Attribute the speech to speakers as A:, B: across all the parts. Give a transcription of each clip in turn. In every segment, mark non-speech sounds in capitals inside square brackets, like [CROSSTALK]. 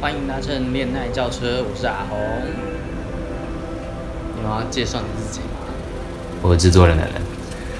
A: 欢迎搭乘恋爱轿车，我是阿红。你们要介绍你自己吗？
B: 我制作人的人，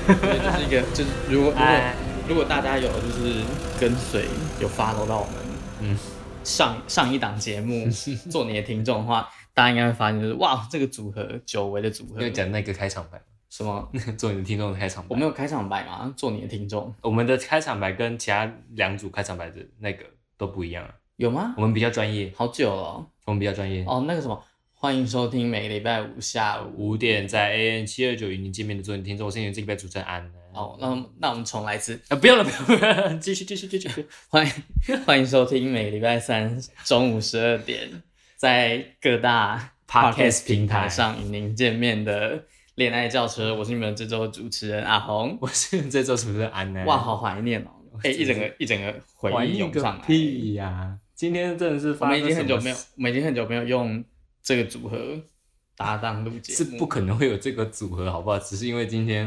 C: 对，就是
A: [LAUGHS]
C: 一个，就是如果如果
A: 哎
C: 如果大家有就是跟随有 follow 到我们
B: 嗯，
C: 上上一档节
A: [LAUGHS]
C: 目做你的听众的话，大家应该会发现就是哇，这个组合久违的组合
B: 你有，讲那个开 [LAUGHS] 场白吗，
C: 什么？
B: 做你的听众的开场白。
C: 我们有开场白吗？做你的听众
B: 我们的开场白跟其他两组开场白的那个都不一样啊，
C: 有吗
B: 我？们比较专业，
C: 好久了哦
B: 我们比较专业。
C: 哦，那个什么，欢迎收听每个礼拜五下午。
B: 五点在 AN 七二九与你见面的做你的听众，我是你们这礼拜主持人安。
C: 好，哦那我们那我们重来一次，
B: 啊，不用了，不用了， [LAUGHS] 继续，继续，继续。
C: 欢 [LAUGHS] 迎欢迎收听每个礼拜三中午十二点在各大
B: Podcast
C: 平
B: 平台
C: 台上与您见面的恋爱轿车，我是你们这周的主持人阿红。 [LAUGHS]
B: 我是这周主持人安呢。
C: 哇，，好怀念哦！哎、一整个一整个
B: 怀
C: 回忆
B: 念
C: 涌
B: 个
C: 上来。
B: 屁呀、今天真的是
C: 我
B: 发
C: 们
B: 生
C: 已经很久没有
B: 什么事，
C: 我们已经很久没有用这个组合搭档录节
B: 是
C: 目，
B: 不可能会有这个组合，好不好？只是因为今天，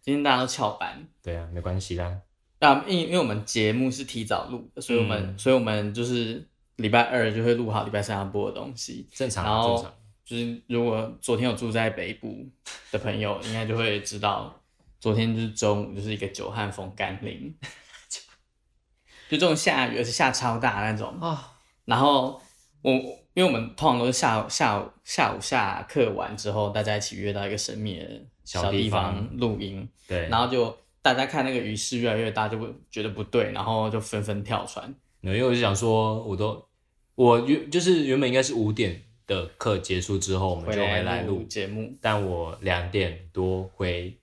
C: 今天大家都翘班。
B: 对啊，没关系啦。
C: 那因因为我们节目是提早录的，所以我们、
B: 嗯
C: 所以我们就是礼拜二就会录好礼拜三要播的东西。
B: 正常
C: 然
B: 啊，
C: 后
B: 正常。
C: 就是如果昨天有住在北部的朋友，应该就会知道，昨天就是中午就是一个久旱逢甘霖， [LAUGHS] 就这种下雨而且下超大那种。
B: 啊，
C: 然后我因为我们通常都是下午下午下午下课完之后，大家一起约到一个神秘的
B: 小
C: 小
B: 地
C: 地
B: 方
C: 方录音，
B: 对，
C: 然后就大家看那个雨势越来越大，就不觉得不对，然后就纷纷跳船。
B: 没有因为我就想说，我都我原就是原本应该是五点的课结束之后，我们就回来
C: 录
B: 录，
C: 节目，
B: 但我两点多回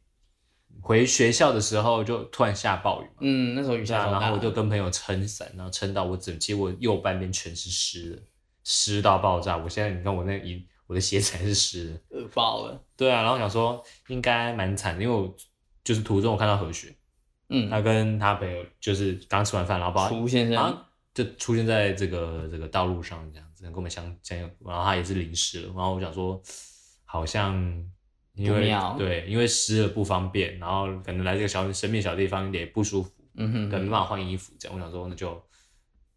B: 回学校的时候，就突然下暴雨嘛，
C: 嗯，那时候雨下超大，
B: 啊然后我就跟朋友撑伞，然后撑到我整，其实我右半边全是湿的，湿到爆炸。我现在你看我那一我的鞋子还是湿的，
C: 饿爆了，
B: 对啊，然后想说应该蛮惨的，因为我就是途中我看到何雪，
C: 嗯，
B: 他跟他朋友就是刚吃完饭，然后把啊
C: 胡先
B: 然后
C: 生，
B: 就出现在这个这个道路上这样子，跟我们相相拥，然后他也是淋湿了，然后我想说好像因
C: 不
B: 为
C: 妙
B: 对，因为湿了不方便，然后可能来这个小神秘小地方也不舒服，
C: 嗯
B: 可
C: 哼
B: 能没
C: 哼，
B: 办法换衣服这样，我想说那就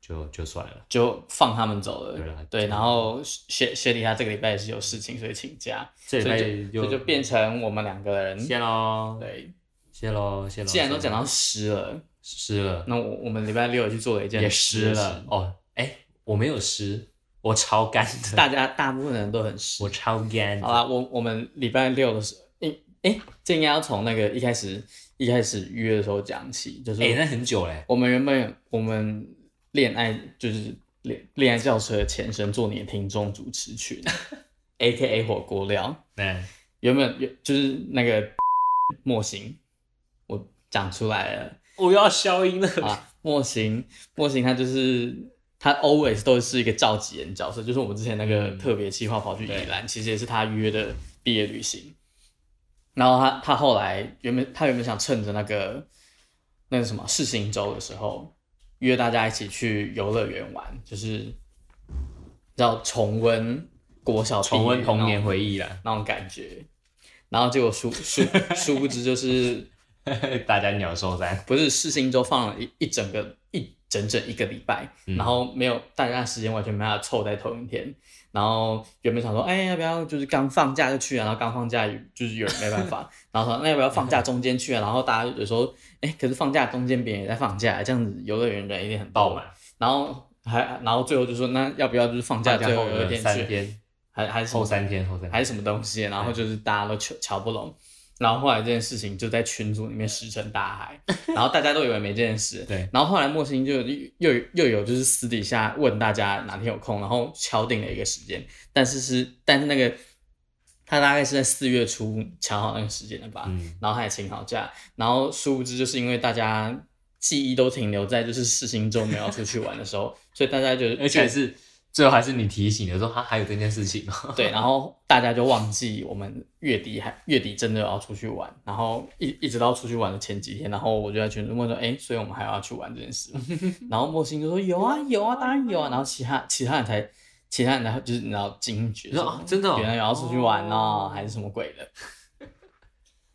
B: 就就算了，
C: 就放他们走
B: 对啦
C: 了。对，然后雪雪莉她这个礼拜也是有事情，所以请假，
B: 这礼
C: 所
B: 拜
C: 以就所以就变成我们两个人。
B: 谢喽，
C: 对，
B: 谢喽，谢喽。
C: 既然都
B: 谢
C: 讲
B: 咯
C: 到湿了，
B: 湿了，
C: 那我我们礼拜六也去做了一件
B: 也
C: 湿
B: 湿
C: 的
B: 了
C: 事，
B: 哦，哎，我没有湿，我超
C: [LAUGHS]
B: 干的，
C: 大家大部分人都很湿
B: 我。超干的，
C: 好啦，我我们礼拜六的时候，诶、诶、这应该要从那个一开始一开始约的时候讲起，就是
B: 哎，那很久嘞，
C: 我们原本我们恋爱就是恋恋爱教车的前身，做你的听众主持群 [LAUGHS] ，A K A 火锅料，
B: 嗯，
C: 原本原就是那个 [LAUGHS] 莫行，我讲出来了。
B: 我要消音了。
C: 啊，莫行，莫行他就是他 always 都是一个召集人角色，就是我们之前那个
B: 嗯
C: 特别计划跑去宜
B: 对
C: 兰，其实也是他约的毕业旅行。然后他他后来原本他原本想趁着那个那个什么试行周的时候，约大家一起去游乐园玩，就是要重温国小毕业
B: 重温童
C: 那
B: 年
C: 种
B: 回忆啦，
C: 那种感觉。然后结果殊殊殊不知就是
B: [LAUGHS] 大家鸟兽散。
C: 不是世新周放了一一整个一整整一个礼拜，然后没有大家时间完全没办法凑在同一天。然后原本想说，哎，要不要就是刚放假就去啊？然后刚放假就是有人没办法，然后说那要不要放假中间去啊？然后大家有时候，哎，可是放假中间别人也在放假，这样子游乐园人一定很多
B: [LAUGHS] 爆。满，
C: 然后还然后最后就说，那要不要就是放假最后有一
B: 的
C: 天
B: 三
C: 去？
B: 天，
C: 还还是什么
B: 后三天，后三
C: 还
B: 天，
C: 是什么东西，然后就是大家都瞧瞧不拢，然后后来这件事情就在群组里面石沉大
B: [LAUGHS]
C: 海，然后大家都以为没这件事，
B: 对，
C: 然后后来莫欣就又又又有就是私底下问大家哪天有空，然后敲定了一个时间，但是是但是那个他大概是在四月初敲好那个时间的吧，
B: 嗯，
C: 然后他也请好假，然后殊不知就是因为大家。记忆都停留在就是事情中没有出去玩的时候，所以大家就
B: 而且是最后还是你提醒的时候，他还有这件事情哦， [LAUGHS]
C: 对，然后大家就忘记我们月底还月底真的要出去玩，然后一一直到出去玩的前几天，然后我就在群中问说，哎、所以我们还要去玩这件事吗？ [LAUGHS] 然后莫欣就说有啊有啊，当然有啊，然后其他其他人才其他人才就是你知道惊觉
B: 你说
C: 说，
B: 啊，真的哦，
C: 原来有要出去玩哦，
B: 哦
C: 还是什么鬼的？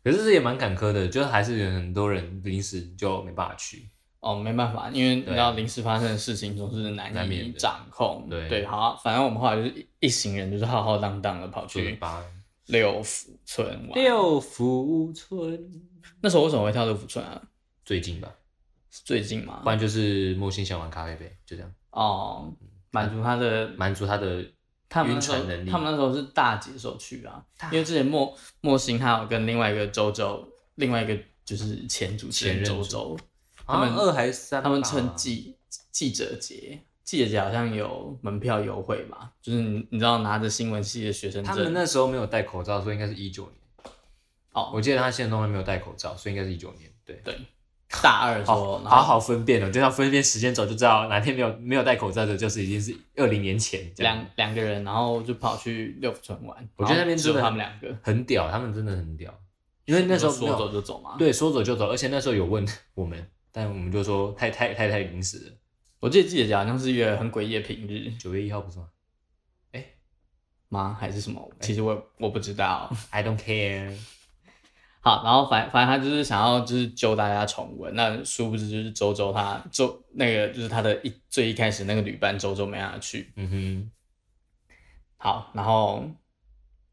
B: 可是这也蛮坎坷的，就是还是有很多人临时就没办法去，
C: 哦，没办法，因为你
B: 对
C: 知道临时发生的事情总是难
B: 难
C: 以
B: 免的
C: 掌控。
B: 对
C: 对，好啊、反正我们后来就是一一行人就是浩浩荡荡的跑
B: 住了
C: 去
B: 吧？
C: 六福村玩。
B: [LAUGHS] 六福村
C: 那时候为什么会跳六福村啊？
B: 最近吧，
C: 是最近嘛
B: 不，然就是木星想玩咖啡杯，就这样，
C: 哦，满足他的
B: 满足他的
C: 他们
B: 晕
C: 那时候
B: 船能力。
C: 他们那时候是大姐手去啊，因为之前莫莫星他有跟另外一个周周，另外一个就是前主持人
B: 前任
C: 周
B: 主
C: 周，
B: 啊他
C: 他们
B: 们二还是三吧？
C: 他们趁记记者节，记者节好像有门票优惠吧，就是你你知道拿着新闻系的学生
B: 他们
C: 证，
B: 那时候没有戴口罩，所以应该是一九年。
C: 哦
B: 我记得他现在都还没有戴口罩，所以应该是一九年。对，
C: 对，大二的时候，然
B: 好
C: 后
B: 好分辨哦，就要分辨时间轴就知道哪天没有没有戴口罩的，就是已经是二零年前这样
C: 两。两个人，然后就跑去六福村玩，
B: 我觉得
C: 然后
B: 那边
C: 只
B: 真
C: 有
B: 的
C: 他们两个，
B: 很屌，他们真的很屌，因为那时候
C: 说
B: 没有
C: 走就走嘛。
B: 对说走就走，而且那时候有问我们，但我们就说太太太太临时了，
C: 我记得记者节好像是一个很诡异的平日
B: 九月一号不是吗
C: 吗？还是什么？其实我也我不知道。
B: ？I don't care。
C: 好，然后反反正他就是想要就是揪大家重温，那殊不知就是周周他周那个就是他的一最一开始那个旅伴周周没让他去。
B: 嗯哼，
C: 好，然后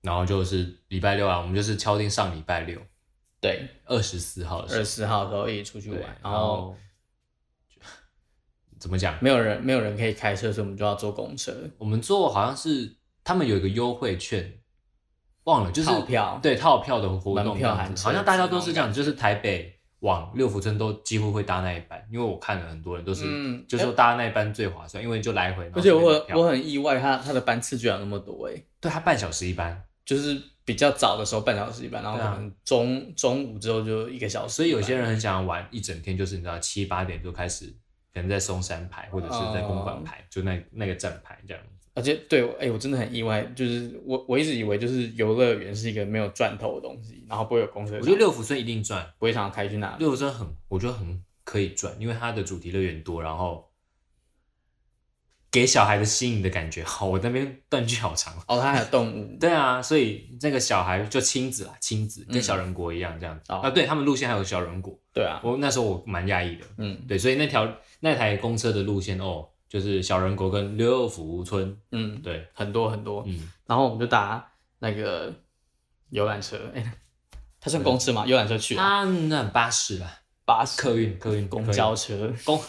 B: 然后就是礼拜六啊，我们就是敲定上礼拜六
C: 对
B: 二十四号的时
C: 二
B: 候
C: 十四号的时候一起出去
B: 对
C: 玩，，
B: 然
C: 然后
B: 后 [LAUGHS] 怎么讲？
C: 没有人没有人可以开车，所以我们就要坐公车。
B: 我们做好像是他们有一个优惠券，忘了就是
C: 套票
B: 对套票的活
C: 门
B: 动
C: 票
B: 这样
C: 含
B: 子，
C: 车
B: 好像大家都是
C: 子
B: 这样，就是台北往六福村都几乎会搭那一班，因为我看了很多人都是、
C: 嗯
B: 就说搭那一班最划算，因为就来回，
C: 而且我很
B: 很
C: 我很意外他，他的班次居然有那么多诶、
B: 对他半小时一班，
C: 就是比较早的时候半小时一班，然后可
B: 对啊
C: 能中、中午之后就一个小时一班，
B: 所以有些人很想要玩一整天，就是你知道七八点就开始，可能在松山排或者是在公
C: 哦
B: 馆排，就那那个站牌这样子。
C: 而且对，我哎、我真的很意外，就是我我一直以为就是游乐园是一个没有赚头的东西，然后不会有公车，
B: 我觉得六福村一定赚，
C: 不会想要开去那里。
B: 六福村很我觉得很可以赚，因为它的主题乐园多，然后给小孩的新颖的感觉。好，我那边断句好长。
C: 哦，它还有动物，
B: 对啊，所以这个小孩就亲子啦，亲子跟小人国一样这样子、
C: 哦
B: 啊。对他们路线还有小人国，
C: 对啊，
B: 我那时候我蛮讶异的。
C: 嗯
B: 对，所以那条那台公车的路线哦，就是小人国跟六福村。
C: 嗯，
B: 对，
C: 很多很多。
B: 嗯，
C: 然后我们就搭那个游览车，哎、它算公车吗？游览车去啊，
B: 啊，那巴士啦，
C: 巴士、
B: 客运、客运、
C: 公交车、
B: 公，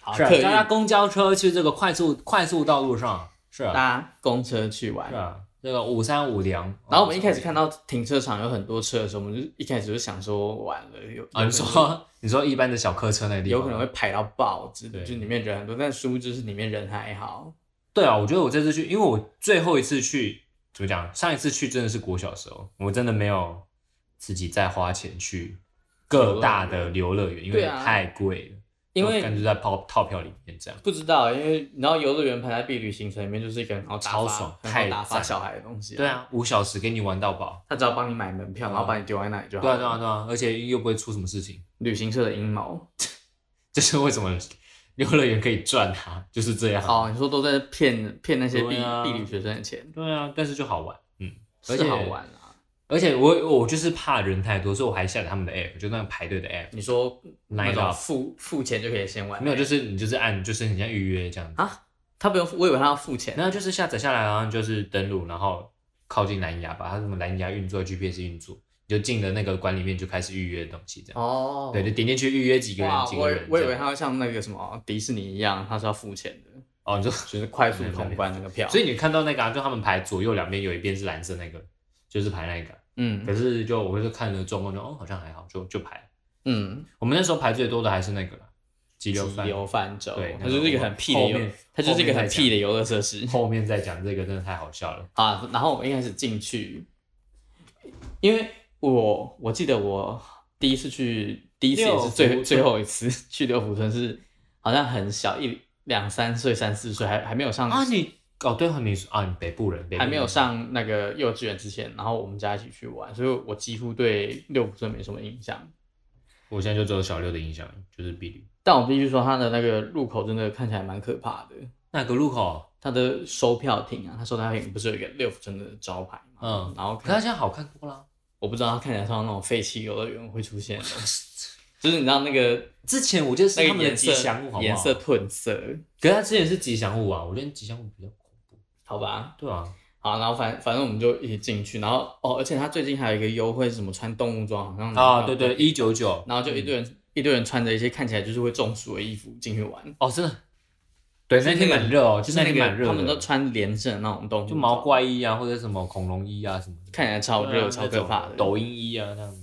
C: 好
B: 是啊
C: 客运
B: 搭搭公交车去这个快速快速道路上，是啊，
C: 搭公车去玩
B: 是。啊，这个五三五粮。
C: 然后我们一开始看到停车场有很多车的时候，我们就一开始就想说完了，有
B: 啊，你 [LAUGHS] 说你说一般的小客车那个地方，
C: 有可能会排到爆，之
B: 对
C: 就里面人很多，但殊不知是里面人还好。
B: 对啊，我觉得我这次去，因为我最后一次去怎么讲，上一次去真的是国小时候，我真的没有自己再花钱去各大的游乐园，因为
C: 对啊
B: 太贵了，
C: 因为
B: 感觉在套套票里面这样。
C: 不知道，因为你知道游乐园排在避旅行程里面就是一个很好打发
B: 超爽
C: 很
B: 太
C: 好打发
B: 赞
C: 小孩的东西。
B: 对，啊，五小时给你玩到饱。
C: 他只要帮你买门票，然后把你丢在那里就好。
B: 对啊，对啊，，对啊，而且又不会出什么事情，
C: 旅行社的阴谋。
B: 这是为什么游乐园可以赚啊，就是这样。
C: 哦，你说都在骗骗那些避
B: 对啊
C: 避旅学生的钱，
B: 对啊，但是就好玩，嗯，而
C: 是
B: 且
C: 好玩啊。
B: 而且我我就是怕人太多，所以我还下载他们的 app，就那个排队的 app。
C: 你说那
B: Line
C: 种
B: up
C: 付付钱就可以先玩，
B: 没有，就是你就是按，就是很像预约这样子。
C: 啊，他不用付，我以为他要付钱。
B: 然后就是下载下来，然后就是登录，然后靠近蓝牙吧，它什么蓝牙运作、GPS 运作，你就进了那个馆里面就开始预约东西这样。
C: 哦，
B: 对，就点进去预约几个人，
C: 哇，
B: 几
C: 我
B: 个
C: 以
B: 人这样。
C: 我以为他会像那个什么迪士尼一样，他是要付钱的，
B: 哦，
C: [LAUGHS]
B: 你说，
C: 就是快速通关那个票。
B: 所
C: 以，
B: 以你看到那个、啊，就他们排左右两边有一边是蓝色那个，就是排那个。
C: 嗯
B: 可是就我就看了状况，就哦好像还好，就就排。
C: 嗯，
B: 我们那时候排最多的还是那个啦，急流
C: 急
B: 饭。
C: 流泛舟
B: 对，，
C: 它就是一个很屁的
B: 后
C: 游
B: 面，
C: 它就是一个很屁的
B: 的。
C: 游乐设施
B: 后面再讲这个真的太好笑了。
C: 啊。然后我们一开始进去，因为我我记得我第一次去，第一次也
B: 六
C: 是
B: 福
C: 最
B: 村
C: 最后一次去六福村是好像很小一两三岁、三四岁，还还没有上
B: 啊，你哦对哦，你是啊，你北部人，北部
C: 嗯还
B: 人
C: 没有上那个幼稚园之前，然后我们家一起去玩，所以我几乎对六福村没什么印象。
B: 我现在就只有小六的印象，就是碧旅
C: 但我必须说，它的那个入口真的看起来蛮可怕的。
B: 那个路口，
C: 它的售票亭啊，它售票亭不是有一个六福村的招牌嘛？
B: 嗯
C: 然后
B: 可它
C: 看
B: 现在好看多了。啊
C: 我不知道它看起来像那种废弃游乐园会出现的东西。就是你知道那个
B: 之前我记得 [LAUGHS] 是
C: 那
B: 他
C: 个
B: 们的
C: 颜
B: 吉祥物，好
C: 色
B: 不
C: 颜
B: 好？
C: 色褪色，
B: 可是他之前是吉祥物啊，我觉得吉祥物比较恐怖。
C: 好吧？
B: 对啊，
C: 好，然后反反正我们就一起进去，然后哦，而且他最近还有一个优惠，是什么穿动物装，好像
B: 啊，对对，一九九，
C: 然后就一堆人、一堆人穿着一些看起来就是会中暑的衣服进去玩，
B: 哦，真的，对，那天蛮热哦，就是那天蛮
C: 个
B: 热的，
C: 他们都穿连身的那种动物
B: 就毛
C: 装，
B: 怪衣啊，或者什么恐龙衣啊什么的，
C: 看起来超
B: 对啊
C: 热、超可怕
B: 那种
C: 的。
B: 抖音衣啊，这样子，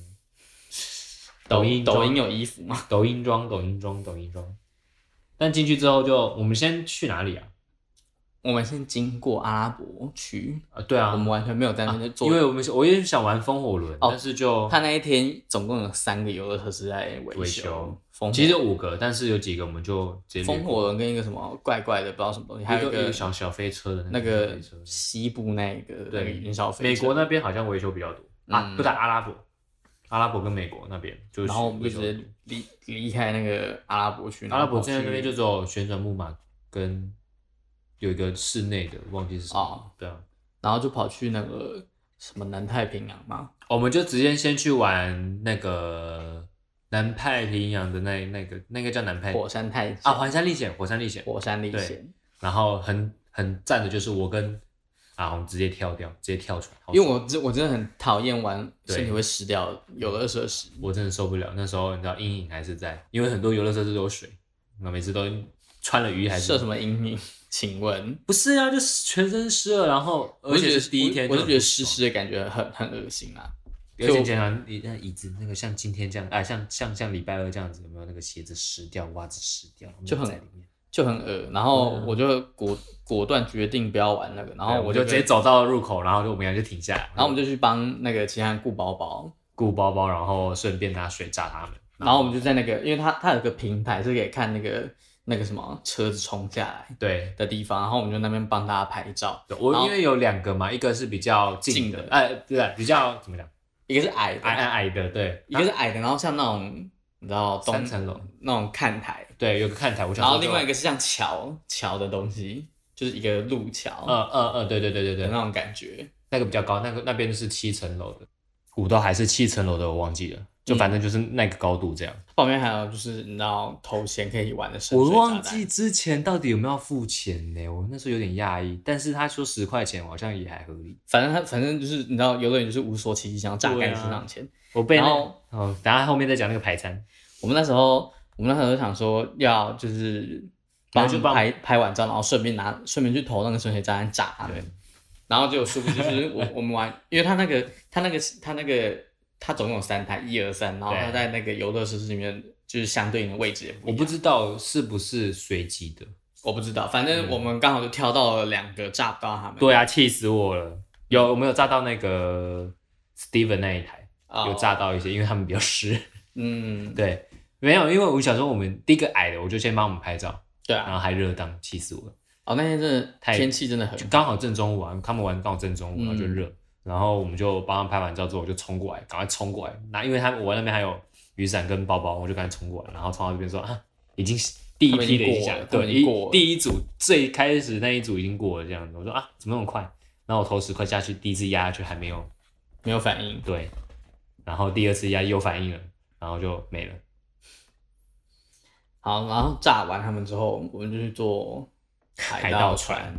C: 抖
B: 音
C: 抖
B: 装
C: 音有衣服吗？
B: 抖音装，抖音装，抖音装。但进去之后就，我们先去哪里啊？
C: 我们先经过阿拉伯区，
B: 啊，对啊
C: 我，们完全没有在那边做。
B: 因为我们我也想玩风火轮，
C: 哦
B: 但是就
C: 他那一天总共有三个游乐设施在维
B: 维
C: 修
B: 修，
C: 风
B: 其实有五个，但是有几个我们就直接
C: 风
B: 略过
C: 火轮跟一个什么怪怪的不知道什么东西，还
B: 一
C: 有
B: 个
C: 一
B: 一个
C: 个
B: 小小飞车的
C: 那
B: 那
C: 个
B: 个小飞车
C: 西部那个那个
B: 对
C: 云霄飞车嗯
B: 美国那边好像维修比较多啊，不在阿拉伯，阿拉伯跟美国那边就是，
C: 然后我们就直
B: 维修
C: 接离离开那个阿拉伯区，
B: 阿拉伯
C: 区
B: 现在那边就只有旋转木马跟有一个室内的，忘记是什么，
C: 哦
B: 对啊，
C: 然后就跑去那个什么南太平洋嘛，
B: 我们就直接先去玩那个南太平洋的那那个那个叫南太
C: 火山太
B: 啊环山历险，火山历险，
C: 火山历
B: 对
C: 险，
B: 然后很很赞的就是我跟啊，我们直接跳掉，直接跳船，好
C: 因为我真我真的很讨厌玩
B: 哦对
C: 身体会湿掉的游乐设施，
B: 我真的受不了，那时候你知道阴影还是在，因为很多游乐设施都有水，那每次都穿了雨衣还
C: 设
B: 是
C: 什么阴影？请问？
B: 不是啊，就是全身湿了，然后
C: 我
B: 而
C: 就觉
B: 且
C: 得
B: 是第一天
C: 我，我就
B: 就很
C: 觉得
B: 不
C: 湿
B: 爽，
C: 湿的感觉很很恶心啊啦。
B: 而且讲讲你那椅子那个像今天这样，哎，像像像礼拜二这样子，有没有那个鞋子湿掉，袜子湿掉，
C: 就很
B: 在里面，
C: 就很恶，然后我就果果断决定不要玩那个，然后
B: 嗯对我
C: 我
B: 就直
C: 跟
B: 接，走到入口，然后就我们俩就停下来，
C: 然后我们就去帮那个其他人顾包包，
B: 顾包包，然后顺便拿水炸他们，
C: 然后我们就在那个，因为它它有个平台是可以看那个那个什么车子冲下来
B: 对。
C: 的地方，然后我们就那边帮大家拍照，
B: 对我
C: 然后
B: 因为有两个嘛，一个是比较近
C: 近
B: 的
C: 的，啊
B: 哎、对、比较怎么讲，
C: 一个是矮的，
B: 矮矮矮的，对，
C: 一个是矮的，然后像那种你知道东
B: 三层楼，
C: 那种看台，
B: 对，有个看台，我想
C: 然
B: 说
C: 后另外一
B: 个，
C: 个是像桥桥的东西，就是一个路桥
B: 呃呃呃，对对对对
C: 的
B: 对，
C: 那种感觉，
B: 那个比较高，那个那边是七层楼的，古道还是七层楼的，我忘记了，就
C: 嗯
B: 反正就是那个高度这样。
C: 旁边还有就是你知道头衔可以玩的深
B: 我
C: 水炸弹，
B: 忘记之前到底有没有付钱呢？我那时候有点讶异，但是他说十块钱好像也还合理。
C: 反正他反正就是你知道，游乐园就是无所奇迹，想要榨干你身上的钱。
B: 我被那
C: 然后
B: 哦，等下后面再讲那个排餐，
C: 我们那时候，我们那时候就想说要就是
B: 然
C: 帮
B: 后就帮
C: 拍拍完照，然后顺便拿顺便去投那个深水炸弹炸他们。然后结果殊不知就是我我们玩，因为他那个他那个他那个他总共有三台，一二三，然后
B: 对
C: 他在那个游乐设施里面就是相对应的位置也不一
B: 我
C: 样
B: 不知道是不是随机的。
C: 我不知道，反正我们刚好就挑到了两个炸不到他们。
B: 嗯对啊，气死我了！有我们有炸到那个 Steven 那一台，
C: 哦
B: 有炸到一些，因为他们比较湿。 [LAUGHS]
C: 嗯，
B: 对，没有，因为我想说我们第一个矮的，我就先帮我们拍照，
C: 对
B: 然
C: 啊，
B: 后还热当，气死我了。
C: 哦那天真的
B: 太
C: 天气真的很
B: 就刚好正中午啊，他们玩刚好正中午，然后就
C: 嗯
B: 热，然后我们就帮他拍完照之后，我就冲过来，赶快冲过来，那因为他我那边还有雨伞跟包包，我就赶快冲过来，然后冲到这边说啊，已经第一批的已经下来
C: 他们
B: 对，
C: 已经
B: 一
C: 过了他们已经过了
B: 第一组最开始那一组已经过了这样子，我说啊，怎么那么快？然后我头十块下去，第一次压下去还没有
C: 没有反应，
B: 对，然后第二次压有反应了，然后就没了。
C: 好，然后炸完他们之后，我们就去坐海
B: 海
C: 盗
B: 盗
C: 船。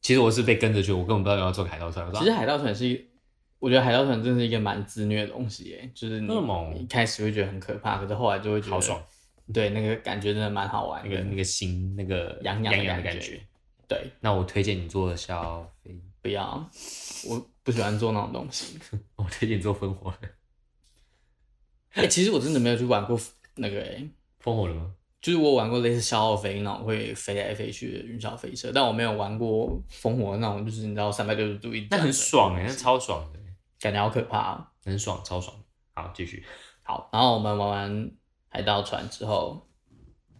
B: 其实我是被跟着去，我根本不知道有要做海盗船，我说
C: 其
B: 啊
C: 实海盗船是一，我觉得海盗船真是一个蛮自虐的东西耶，就是你
B: 为什么
C: 一开始会觉得很可怕，可是后来就会觉得
B: 啊好爽，，
C: 对，那个感觉真的蛮好玩
B: 那个
C: 的。
B: 那个心那个
C: 痒痒
B: 痒
C: 的
B: 痒的
C: 感
B: 感
C: 觉
B: 觉。
C: 对，
B: 那我推荐你做消费，
C: 不要，我不喜欢做那种东西。 [LAUGHS]
B: 我推荐你做烽火轮，
C: 哎、其实我真的没有去玩过那个哎，
B: 烽火轮吗？
C: 就是我有玩过类似消耗飞那种会飞来飞去的云霄飞车，但我没有玩过烽火那种，就是你知道三百六十度一
B: 那
C: 转
B: 很
C: 的
B: 爽哎、那超爽的欸、
C: 感觉好可怕、哦。
B: 很爽，超爽。好，继续。
C: 好，然后我们玩完海盗船之后，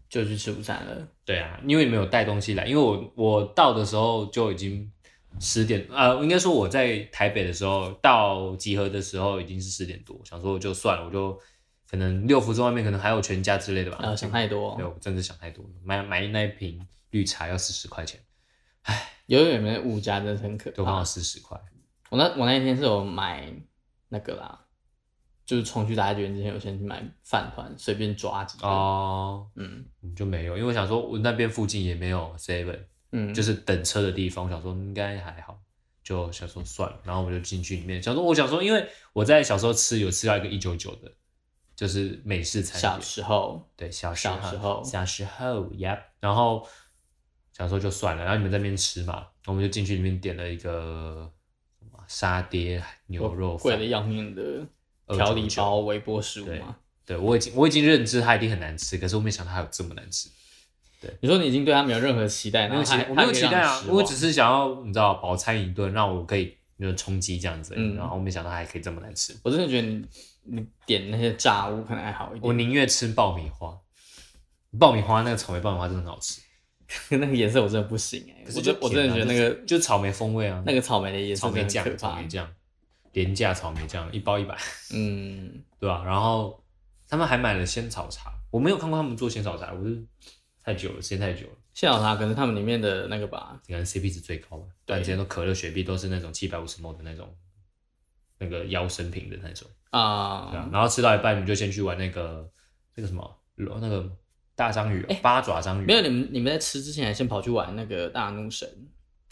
C: 就去吃午餐了。
B: 对啊，因为你们有带东西来，因为我我到的时候就已经十点，呃，应该说我在台北的时候到集合的时候已经是十点多，想说就算了，我就可能六福村外面可能还有全家之类的吧。
C: 呃，想太多
B: 对，，我真的想太多了，买买那一瓶绿茶要四十块钱，
C: 游乐园的物价真的很可
B: 都花
C: 怕。
B: 了四十块。
C: 我那我那一天是有买那个啦，就是冲去打卷之前，我先去买饭团，随便抓几个。
B: 哦，
C: 嗯
B: 就没有，因为我想说，我那边附近也没有 seven，
C: 嗯，
B: 就是等车的地方，我想说应该还好，就想说算了，然后我就进去里面，想说我想说，因为我在小时候吃有吃到一个一九九的，就是美式餐
C: 嗯小
B: 点，
C: 时候，
B: 对，小时
C: 小时候
B: 小时候，yep，然后想说就算了，然后你们在那边吃嘛，我们就进去里面点了一个什么沙爹牛肉
C: 贵
B: 饭
C: 的，要命的调理包微波食物
B: 对
C: 嘛。
B: 对我已经我已经认知它一定很难吃，可是我没想到它有这么难吃。
C: 你说你已经对它没有任何期待，然
B: 没有
C: 后
B: 期
C: 还
B: 待，我没有期待啊，我只
C: 是
B: 是想要你知道饱餐一顿，让我可以就是冲击这样子。
C: 嗯
B: 然后没想到还可以这么难吃，
C: 我真的觉得你你点那些炸物可能还好一
B: 我
C: 点，
B: 宁愿吃爆米花。爆米花那个草莓爆米花真的很好吃，
C: [LAUGHS] 那个颜色我真的不行哎、
B: 可
C: 我
B: 是就
C: 真我真的觉
B: 甜
C: 得那
B: 啊就是
C: 个
B: 就是草莓风味啊，
C: 那个草莓的颜色
B: 草莓
C: 真的很可
B: 酱，草
C: 怕
B: 莓。酱，廉价草莓酱一包一百，
C: 嗯，
B: 对吧、然后他们还买了仙草茶，我没有看过他们做仙草茶，我是太久了，时间太久了，
C: 现场茶可能他们里面的那个吧，
B: 可能 CP 值最高吧。对，啊之前都可乐、雪碧都是那种七百五十 ml 的那种，那个腰身瓶的那种。
C: 啊、
B: 对啊，然后吃到一半，你们就先去玩那个那个什么龙那个大章鱼、哦，八爪章鱼。
C: 没有你们你们在吃之前还先跑去玩那个大怒神，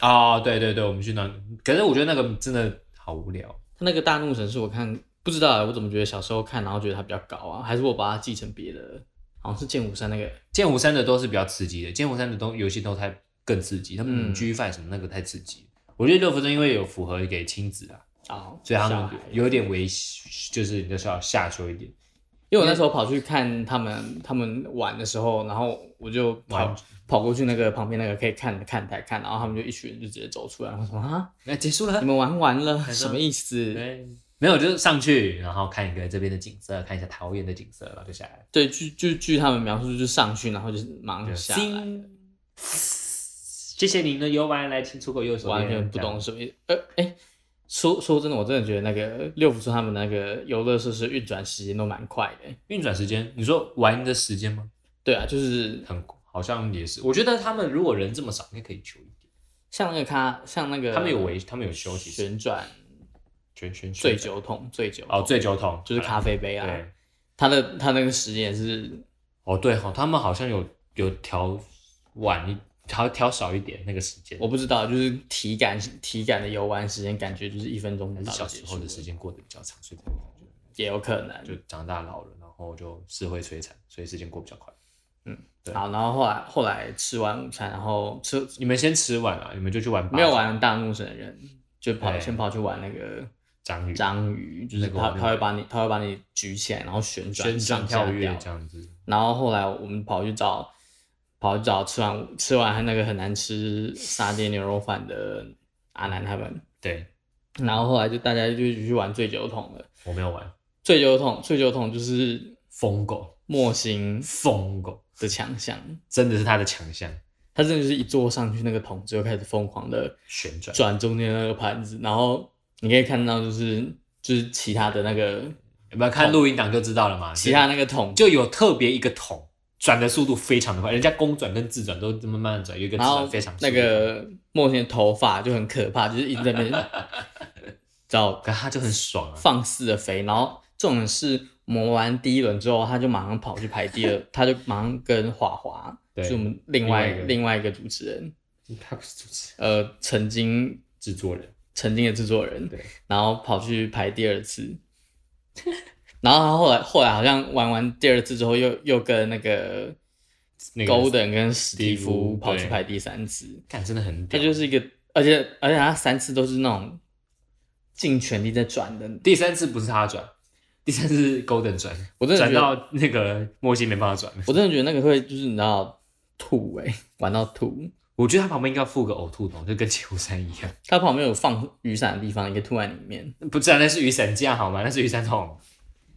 B: 哦，对对对，我们去那，可是我觉得那个真的好无聊。
C: 他那个大怒神是我看不知道、欸、我怎么觉得小时候看然后觉得它比较高啊，还是我把它继承别的，好像是剑湖山那个
B: 剑湖山的都是比较刺激的，剑湖山的都游戏都太更刺激，他们
C: 嗯
B: G Five 什么那个太刺激。我觉得六福村因为有符合给亲子啊，
C: 哦，
B: 所以他
C: 小
B: 们
C: 孩
B: 有点微就是你就是要下修一点。
C: 因为我那时候跑去看他们他们玩的时候，然后我就跑
B: 玩
C: 跑过去那个旁边那个可以看的看台看，然后他们就一群人就直接走出来，然后说啊，
B: 那结束了
C: 你，们玩完了，
B: 说
C: 什么意思？
B: 对，没有就是上去，然后看一个这边的景色，看一下桃园的景色，然后就下来。
C: 对，据据据他们描述，就上去，然后就是马上下来，
B: 叮谢谢您的游玩，来请出口右手边。
C: 完全不懂
B: 这样。
C: 什么意思。呃，哎、说说真的，我真的觉得那个六福村他们那个游乐设施运转时间都蛮快的、
B: 运转时间，你说玩的时间吗？
C: 对啊，就是
B: 很好像也是，我觉得他们如果人这么少，应该可以求一点。
C: 像那个咖，像那个
B: 他们有围，他们有休息室，
C: 旋转
B: 全全
C: 醉酒桶，醉酒
B: 哦，
C: 桶
B: 醉酒桶
C: 就是咖啡杯啊。
B: 对
C: 他的他那个时间也是，
B: 哦对哈，他们好像有有调晚一调调少一点那个时间，
C: 我不知道，就是体感体感的游玩时间，感觉就是一分钟不
B: 还是
C: 到
B: 小
C: 就
B: 时
C: 结
B: 候
C: 束
B: 的
C: 了，
B: 时间过得比较长，所以才会感觉
C: 也有可能。
B: 就长大老了，然后就社会摧残，所以时间过比较快。对
C: 好，然后后来后来吃完午餐，然后吃
B: 你们先吃完了，你们就去玩八
C: 没有
B: 爪
C: 玩大怒神的人，就跑
B: 对
C: 先跑去玩那个
B: 章鱼
C: 章鱼，就是
B: 那个
C: 他
B: 我没有
C: 他会把你他会把你举起来，然后旋转
B: 旋转
C: 上下
B: 跳跃
C: 掉
B: 这样子。
C: 然后后来我们跑去找，跑去找吃完吃完那个很难吃沙爹牛肉饭的阿南他们，
B: 对，
C: 然后后来就大家就一起去玩醉酒桶了。
B: 我没有玩
C: 醉酒桶，醉酒桶就是
B: 疯狗，
C: 莫星
B: 疯狗
C: 的强项，
B: 真的是他的强项，
C: 他真的就是一坐上去那个桶就开始疯狂的
B: 旋转。
C: 转中间那个盘子，然后你可以看到就是就是其他的那个
B: 有没有看录音档就知道了嘛？
C: 哦其他那个桶，
B: 就有特别一个桶转的速度非常的快，人家公转跟自转都慢慢地转，有一个自
C: 然后
B: 转非常速
C: 那
B: 度快，
C: 个莫星的头发就很可怕，就是一直在那边
B: [LAUGHS]
C: 找
B: 可他就很爽啊。
C: 放肆的飞，然后重点是磨完第一轮之后，他就马上跑去排第
B: [LAUGHS]
C: 二，他就马上跟华华，
B: 对
C: 就是我们另外
B: 另外一个
C: 另外一个主持人，
B: 他不是主持
C: 呃，曾经
B: 制作人，
C: 曾经的制作人，
B: 对，
C: 然后跑去排第二次， [LAUGHS] 然后他后来后来好像玩完第二次之后又，又跟那个
B: 那个
C: Golden 跟史蒂
B: 史蒂夫
C: 夫跑去
B: 对
C: 排第三次，
B: 看真的很
C: 他
B: 屌。
C: 就是一个，而且而且他三次都是那种尽全力在转的，
B: 第三次不是他转，第三次是 Golden 转，
C: 我真的
B: 转
C: 觉得
B: 到那个莫西没办法转了。
C: 我真的觉得那个会就是你知道吐哎、玩到吐，
B: 我觉得他旁边应该附个呕吐桶，就跟 [LAUGHS] 九山一样。
C: 他旁边有放雨伞的地方也可以吐在里面，
B: 不是、啊，那是雨伞架好吗？那是雨伞桶。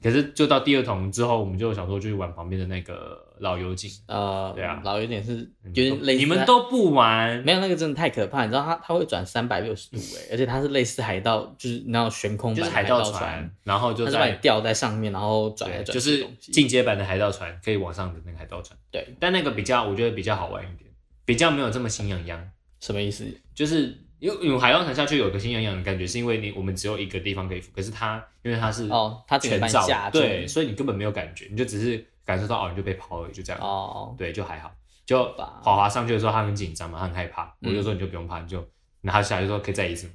B: 可是就到第二桶之后，我们就想说就去玩旁边的那个老油井，
C: 呃，
B: 对啊
C: 然后有点是有点类似
B: 你们
C: 那
B: 都不玩，
C: 没有那个真的太可怕，你知道它它会转三百六十度哎、而且它是类似海盗，就是你知道悬空
B: 嗯就
C: 版
B: 是
C: 的
B: 海
C: 盗
B: 盗船，，然后就
C: 它是把你
B: 在
C: 吊在上面，然后转来
B: 对，
C: 转去
B: 就
C: 的
B: 是
C: 东西
B: 进阶版的海盗船，可以往上的那个海盗船。
C: 对
B: 但那个比较，我觉得比较好玩一点，比较没有这么心痒痒。
C: 什么意思？
B: 就是因为因为海浪潭下去有个心痒痒的感觉，是因为你我们只有一个地方可以浮，可是它因为它是
C: 哦它整个
B: 全
C: 把你
B: 罩
C: 架住
B: 对，所以你根本没有感觉，你就只是感受到哦，你就被抛而已，就这样。
C: 哦，
B: 对，就还好。就
C: 吧
B: 华华上去的时候，他很紧张嘛，他很害怕。我
C: 嗯
B: 就说你就不用怕，你就然后他下来就说可以再一次吗？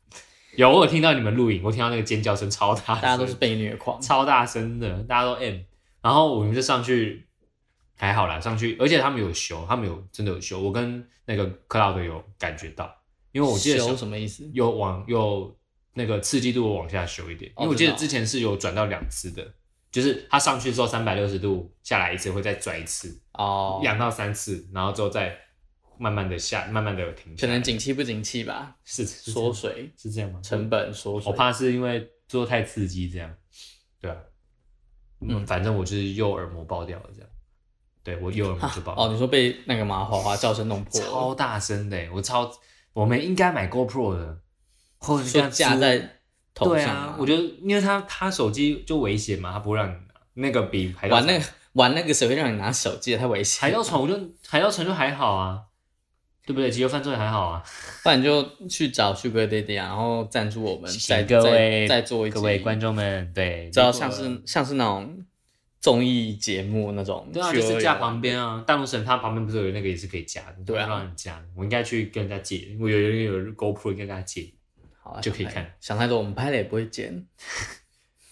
B: [LAUGHS] 有，我有听到你们录影，我听到那个尖叫声超大声，
C: 大家都是被虐狂，
B: [LAUGHS] 超大声的，大家都 M。然后我们就上去，还好啦，上去，而且他们有修，他们有真的有修，我跟那个 Cloud 有感觉到，因为我记得
C: 修
B: 小
C: 什么意思？
B: 有往有那个刺激度往下修一点，
C: 哦
B: 因为我记
C: 真
B: 得
C: 的哦
B: 之前是有转到两次的，就是它上去之后三百六十度下来一次，会再转一次，
C: 哦，
B: 两到三次，然后之后再慢慢的下，慢慢的停下
C: 可
B: 来。
C: 能景气不景气吧，
B: 是是这
C: 缩
B: 样
C: 水
B: 是这样吗？
C: 成本缩水。
B: 我怕是因为做太刺激这样，对啊，嗯，
C: 嗯
B: 反正我就是右耳膜爆掉了这样，对我右耳膜就爆
C: 哦，
B: 了，
C: 你说被那个嘛哗哗叫声弄破了，
B: 超大声的欸，我超，我们应该买 GoPro 的，或者是这
C: 说
B: 样
C: 架
B: 租
C: 在头
B: 对
C: 上
B: 啊
C: 嘛，
B: 我觉得因为他他手机就危险嘛，他不让你拿那个比海盗
C: 玩
B: 船
C: 那个玩那个谁会让你拿手机啊？太危险。
B: 海盗船，我就海盗船就还好啊，对不对？急流犯罪还好啊。
C: 不然就去找 Sugar Daddy 啊，然后赞助我们，再
B: 请各位
C: 再再做一集
B: 各位观，众们，对，
C: 知道
B: 如果
C: 像是像是那种综艺节目那种，
B: 对啊，
C: 去
B: 就是
C: 而
B: 架
C: 已
B: 旁边啊，大陆省它旁边不是有那个也是可以架的，
C: 对啊
B: 不让你架，我应该去跟人家借，我有有有有 GoPro 应该跟他借，
C: 好啊
B: 就可以。
C: 想太
B: 看
C: 想太多，我们拍了也不会剪，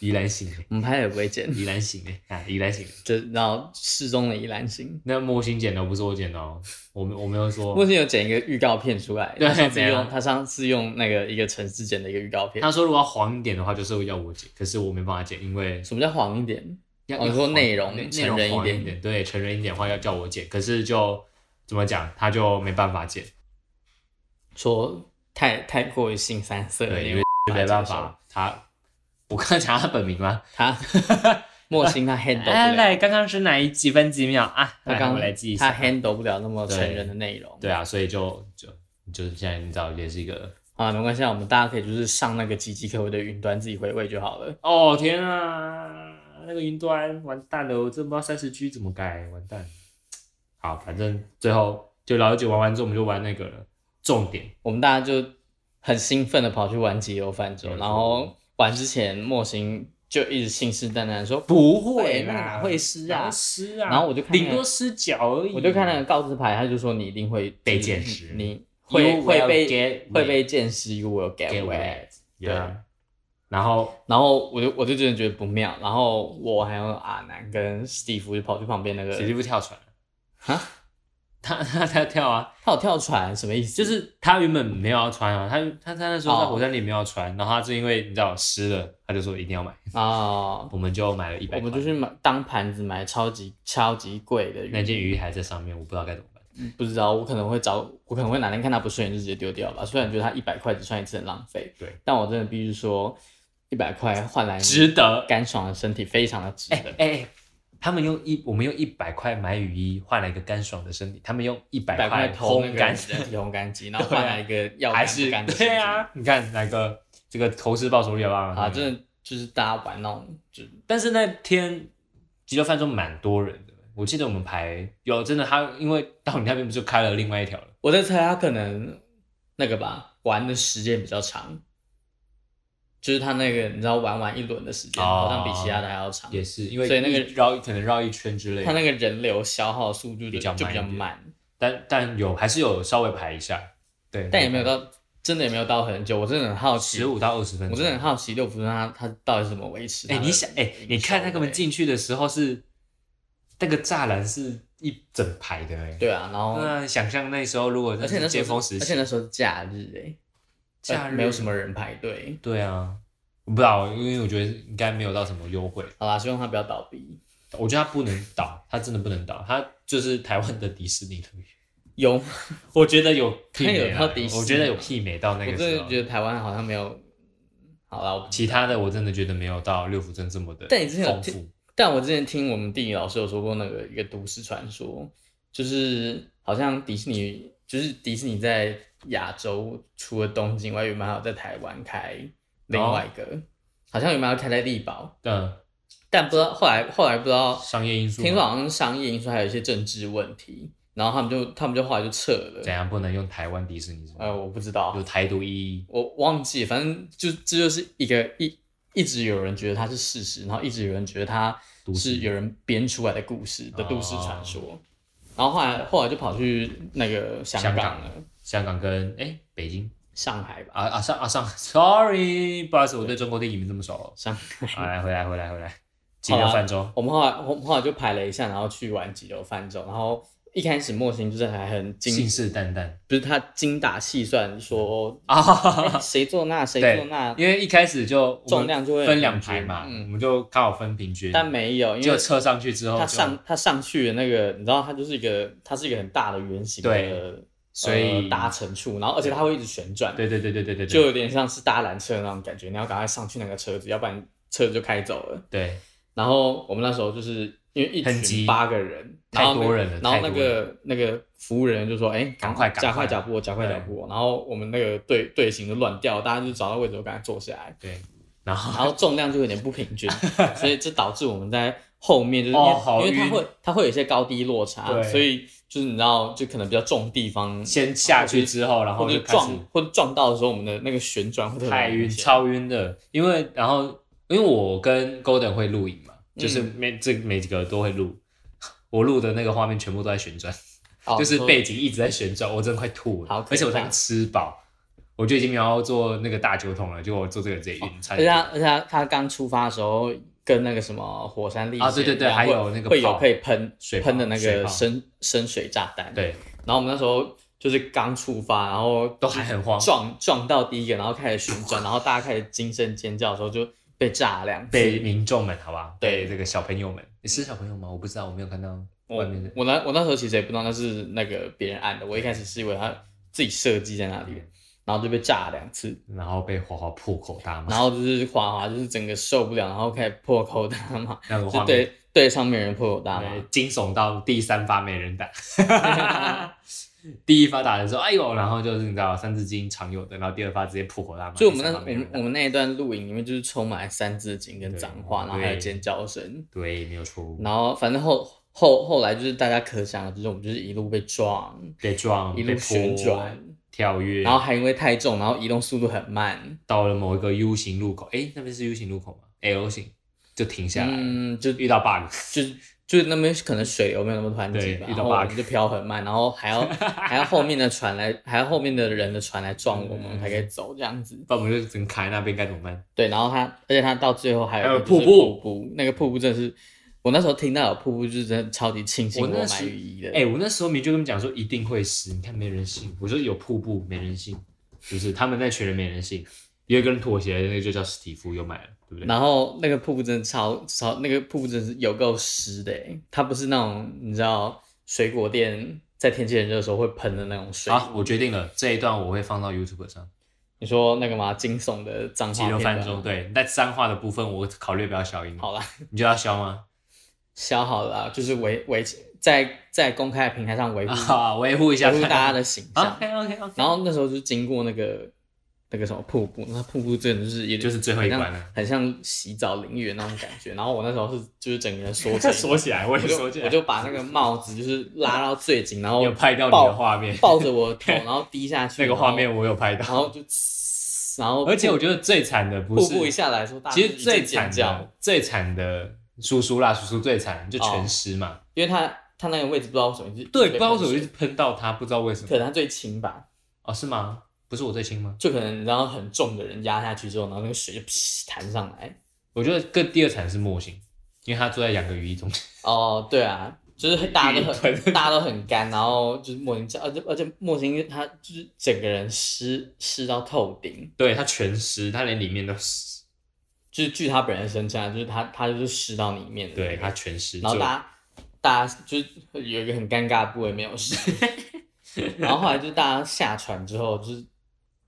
B: 宜兰行欸，
C: 我们拍了也不会剪， [LAUGHS]
B: 宜兰行欸，啊，宜兰行欸。
C: 就然后适中的宜兰心。
B: 那莫欣剪的不是我剪的哦，我没我没有说
C: 目，前有剪一个预告片出来，
B: 对啊
C: 他上次
B: 怎样
C: 用他上次用那个一个城市剪的一个预告片
B: 他。说如果要黄一点的话，就是要我剪，可是我没办法剪，因为
C: 什么叫黄一点？
B: 要
C: 哦
B: 要
C: 你说
B: 黄
C: 内容
B: 内
C: 成
B: 容
C: 人一
B: 黄
C: 点
B: 点，对，成人一点的话要叫我剪，可是就怎么讲，他就没办法剪，
C: 说太太过于性三色了，
B: 对，因
C: 因
B: 为
C: 为
B: 没办法，他我刚才讲他本名吗？
C: 他 [LAUGHS] 莫欣他 handle 不
B: [LAUGHS] 哎，
C: 了
B: 来，，刚刚是哪一几分几秒啊？
C: 啊他
B: 来
C: 刚
B: 我来记一
C: 他
B: 下。
C: handle 不了那么成人的内容。
B: 对啊，所以就就就是现在你知道也是一个
C: 啊，没关系，啊，我们大家可以就是上那个岌岌可危的云端自己回味就好了。
B: 哦天啊，那个云端完蛋了，我真不知道三十 G 怎么改，完蛋。好，反正最后就老九玩完之后，我们就玩那个了。重点
C: 我们大家就很兴奋的跑去玩集邮泛舟
B: 没，错
C: 然后玩之前，莫行就一直信誓旦旦地说
B: 不
C: 会
B: 啦，
C: 啦哪会湿啊
B: 哪会湿啊。
C: 然后我就看那个
B: 顶多湿脚而已。
C: 我就看那个告知牌，他就说你一定会
B: 被
C: 就是
B: 见识
C: 你
B: You
C: 会
B: will
C: 会被
B: get
C: 会被见识，you will get
B: get
C: wet
B: wet。Yeah，然
C: 啊
B: 后
C: 然后我就我就真的觉得不妙，然后我还有阿南跟史蒂夫就跑去旁边那个，
B: 史蒂夫跳船了。
C: 哈，
B: 他 [LAUGHS] 他他跳啊。
C: 他有跳船什么意思？
B: 就是他原本没有要穿啊，他他他那时候
C: 哦
B: 在火山里没有要穿，然后他是因为你知道湿了，他就说一定要买，
C: 啊，
B: 我们就买了一百
C: 我
B: 块，
C: 们就去买当盘子买超级超级贵的
B: 那
C: 鱼，
B: 件鱼还在上面，我不知道该怎么办。
C: 不知道我可能会找，我可能会哪天看它不顺眼就直接丢掉吧。虽然觉得它一百块只穿一次很浪费，
B: 对，
C: 但我真的必须说，一百块换来你
B: 值得，
C: 干爽的身体非常的值
B: 哎
C: 得
B: 哎。、哎他们用一我们用一百块买雨衣换来一个干爽的身体，他们用一
C: 一百
B: 百
C: 块投那
B: 烘
C: 个
B: [LAUGHS] 干，啊
C: 人体烘干机，然后换来一个要干
B: 还
C: 不
B: 是
C: 干的
B: 对啊，你看哪个这个投资报酬率好不好
C: 身体啊，真的就是大家玩那种就
B: 但是那天急救饭中蛮多人的，我记得我们排有真的他，因为到你那边不就开了另外一条了。
C: 我在猜他可能那个吧，玩的时间比较长，就是他那个你知道玩完一轮的时间，
B: 哦
C: 好像比其他的还要长。
B: 也是因为
C: 所以那个
B: 一绕可能绕一圈之类
C: 他
B: 的，
C: 那个人流消耗速度就
B: 比较慢
C: 就比较
B: 一点
C: 慢，
B: 但但有还是有稍微排一下，对，
C: 但也没有到真的也没有到很久。我真的很好奇，
B: 十五到二十分
C: 我
B: 钟，
C: 真的很好奇六福村他他到底是怎么维持？
B: 哎、你想哎、你看那个门，进去的时候是那个栅栏是一整排的哎、
C: 对啊，然后
B: 那想象那时候如果
C: 而且那时
B: 是尖
C: 候
B: 峰
C: 是
B: 时
C: 而且
B: 期，
C: 那时候是假日哎，
B: 假日
C: 没有什么人排队。
B: 对啊，我不知道，因为我觉得应该没有到什么优惠，
C: 好啦，希望他不要倒闭。
B: 我觉得它不能倒，它真的不能倒，它就是台湾的迪士尼的，
C: 有，
B: 我觉得有媲
C: 它
B: 美
C: 有
B: 啊
C: 到迪士尼
B: 我觉得有媲美到那
C: 我
B: 个
C: 真
B: 时
C: 的
B: 候。
C: 觉得台湾好像没有。好啦，我
B: 其他的我真的觉得没有到六福村这么的
C: 但你之前有
B: 丰富
C: 听，但我之前听我们地理老师有说过那个一个都市传说，就是好像迪士尼，就是迪士尼在亚洲除了东京外，原本还有在台湾开另外一个，
B: 哦
C: 好像原本要开在力宝，
B: 嗯，
C: 但不知道后来后来不知道，
B: 商业因素吗，
C: 听说好像商业因素还有一些政治问题，然后他们就他们就后来就撤了。
B: 怎样不能用台湾迪士尼是吗？
C: 呃，我不知道
B: 有，台独意义，
C: 我忘记，反正就这就是一个一一直有人觉得它是事实，然后一直有人觉得它
B: 都市
C: 是有人编出来的故事的都市传
B: 哦
C: 说。然后后来后来就跑去那个香
B: 香
C: 港
B: 港
C: 了，
B: 香港跟哎、北京
C: 上海吧，
B: 啊啊上啊上，sorry，不好意思，我对中国地理没这
C: [LAUGHS]
B: 么熟。
C: 上
B: 好来回来回来回来，鸡
C: 啊
B: 肉饭粥，
C: 我们后来我们后来就排了一下，然后去玩几流泛舟，然后一开始莫行就是还很
B: 信
C: 精，
B: 誓旦
C: [LAUGHS]
B: 旦
C: 不是他精打细算说
B: 啊哈哈
C: 哎
B: 哈，
C: 谁做那谁
B: 对
C: 做那，
B: 因为一开始就我们
C: 重量就会
B: 分两排嘛，
C: 嗯
B: 我们就刚好分平均，
C: 但没有，因
B: 就
C: 为
B: 测上去之后
C: 他
B: 就，
C: 上他上去的那个，你知道，它就是一个它是一个很大的圆形的
B: 对，所以
C: 呃搭乘处，然后而且它会一直旋转，
B: 对对对对对对对，
C: 就有点像是搭缆车的那种感觉，你要赶快上去那个车子，要不然车子就开走了。
B: 对
C: 然后我们那时候就是因为一
B: 很
C: 群
B: 急
C: 八个人，
B: 太
C: 然后那
B: 多人了
C: 然后那
B: 太多人
C: 个那个服务人员就说：“哎，
B: 赶快
C: 加
B: 赶
C: 快
B: 快
C: 脚步，加快
B: 对
C: 脚步。”然后我们那个队队形就乱掉，大家就找到位置就赶快坐下来，
B: 对，然后
C: 然后重量就有点不平均，所以这导致我们在后面就是因为、
B: 哦好
C: 因为它
B: 晕
C: 会它会有一些高低落差，
B: 对
C: 所以就是你知道，就可能比较重地方
B: 先下去之后，然
C: 或
B: 后
C: 者
B: 就开始
C: 撞或者撞到的时候，我们的那个旋转会特别
B: 太晕，
C: 明显
B: 超晕的。因为然后因为我跟 Golden 会录影嘛，
C: 嗯
B: 就是每这每几个都会录，我录的那个画面全部都在旋转，
C: 哦
B: 就是
C: 说
B: 背景一直在旋转，我真的快吐
C: 好
B: 了
C: 可。怕
B: 而且我才吃饱，我就已经没有要做那个大酒桶了，结果我做这个直接晕，差
C: 而且
B: 点
C: 他而且他他刚出发的时候，跟那个什么火山历险
B: 啊对对对
C: 一样
B: 还
C: 会
B: 有那个
C: 会有
B: 炮
C: 可以喷
B: 水
C: 喷
B: 炮
C: 的那
B: 水
C: 个
B: 炮
C: 深深水炸弹。，
B: 对，
C: 然后我们那时候就是刚出发，然后
B: 都还很慌，
C: 撞撞到第一个，然后开始旋转，然后大家开始惊声尖叫的时候就被炸了两次。
B: 被民众们好吧，
C: 对
B: 被这个小朋友们，你是小朋友吗？我不知道，我没有看到
C: 我
B: 外面的。
C: 我那我那时候其实也不知道那是那个别人按的，我一开始是以为他自己设计在那里，然后就被炸了两次，
B: 然后被花花破口大骂
C: 然，后就是华华就是整个受不了，然后开始破口大
B: [LAUGHS]
C: 骂，
B: 那个画
C: 就
B: 面啊
C: 对对上面人破口大
B: 对
C: 骂，
B: 惊悚到第三发没人打， [LAUGHS] 第一发打的时候，哎呦，然后就是你知道三字经常有的，然后第二发直接破口大骂，
C: 所以我们
B: 第
C: 那我
B: 三发没人
C: 们
B: 打
C: 我们那一段录影里面就是充满了三字经跟
B: 对
C: 脏话，然后还有
B: 对
C: 尖叫声，
B: 对没有错，
C: 然后反正后后后来就是大家可想而知，我们就是一路被撞，
B: 被撞，
C: 一路
B: 被泼
C: 旋转，
B: 跳跃，
C: 然后还因为太重，然后移动速度很慢，
B: 到了某一个 U 型路口，哎，那边是 U 型路口吗？L 型就停下来，
C: 嗯，就
B: 遇到 bug，
C: 就是就是那边可能水流没有那么湍急
B: 对
C: 吧，
B: 遇
C: 然
B: 到
C: 后我
B: bug
C: 们就飘很慢，然后还
B: [LAUGHS]
C: 要还要后面的船来，还要后面的人的船来撞我
B: 嗯
C: 们才可以走这样子。
B: 不然我们就只能卡在那边该怎么办？
C: 对，然后它而且它到最后还有
B: 还有
C: 一个就是
B: 瀑布
C: 瀑布，那个瀑布真的是我那时候听到有瀑布，就是真的超级庆幸
B: 我那
C: 我买
B: 时
C: 雨衣的。
B: 哎、我那时候明就跟他们讲说一定会死，你看没人性。我说有瀑布没人性，就是他们那群人没人性。有一个人妥协，那个就叫史蒂夫，又买了，对不对？
C: 然后那个瀑布真的超超，那个瀑布真的是有够湿的欸，它不是那种你知道水果店在天气很热的时候会喷的那种水。
B: 好，我决定了，这一段我会放到 YouTube 上。
C: 你说那个嘛惊悚的脏
B: 鸡
C: 话
B: 肉
C: 片
B: 饭
C: 段
B: 中，对，那脏话的部分我考虑不要消音。
C: 好啦，
B: 你就要消吗？
C: 消好了啊、就是维维在在公开的平台上
B: [LAUGHS]
C: 维护、
B: 啊，维护一下
C: 嗯维护大家的形象。
B: OK OK OK，
C: 然后那时候就经过那个那个什么瀑布，那瀑布真的就是也
B: 就是最后一关了，
C: 很像洗澡淋浴的那种感觉。然后我那时候是就是整个人
B: [LAUGHS]
C: 缩成一团
B: 锁起来，我也
C: 我
B: 锁
C: 就
B: 起来，
C: 我就把那个帽子就是拉到最紧，然后
B: 有拍到你的
C: 抱
B: 画面，
C: 抱着我的
B: [LAUGHS]
C: 头，然后低下去
B: 那个画面
C: 然后
B: 我有拍
C: 然
B: 到。
C: 后就呲然后
B: 而且我觉得最惨的不
C: 瀑
B: 是
C: 布一下来的时候，大家
B: 其实
C: 就一
B: 最
C: 阵尖
B: 惨
C: 叫，
B: 的最惨的叔叔啦，叔叔最惨就
C: 哦
B: 全湿嘛。
C: 因为他他那个位置不知道为什么一直
B: 对，
C: 一直被
B: 不知道为什
C: 喷
B: 么我一
C: 水
B: 直喷到他，不知道为什
C: 可
B: 么。
C: 能他最轻吧，
B: 哦，是吗？不是我最轻吗？
C: 就可能你知道很重的人压下去之后，然后那个水就噗弹上来。
B: 我觉得更第二惨是莫行，因为他坐在两个雨衣中间。
C: 哦，对啊，就是大家都
B: [LAUGHS] 一
C: 很大家都很干，然后就是莫名其妙，而且而且莫星他就是整个人湿湿到透顶，
B: [LAUGHS] 对他全湿，他连里面都湿。
C: 就是据他本人声称，啊就是他他就是湿到里面的那
B: 对
C: 个
B: 他全湿，
C: 然后
B: 就
C: 大家大家就是有一个很尴尬的部位没有
B: [LAUGHS]
C: 湿，然后后来就是大家下船之后就是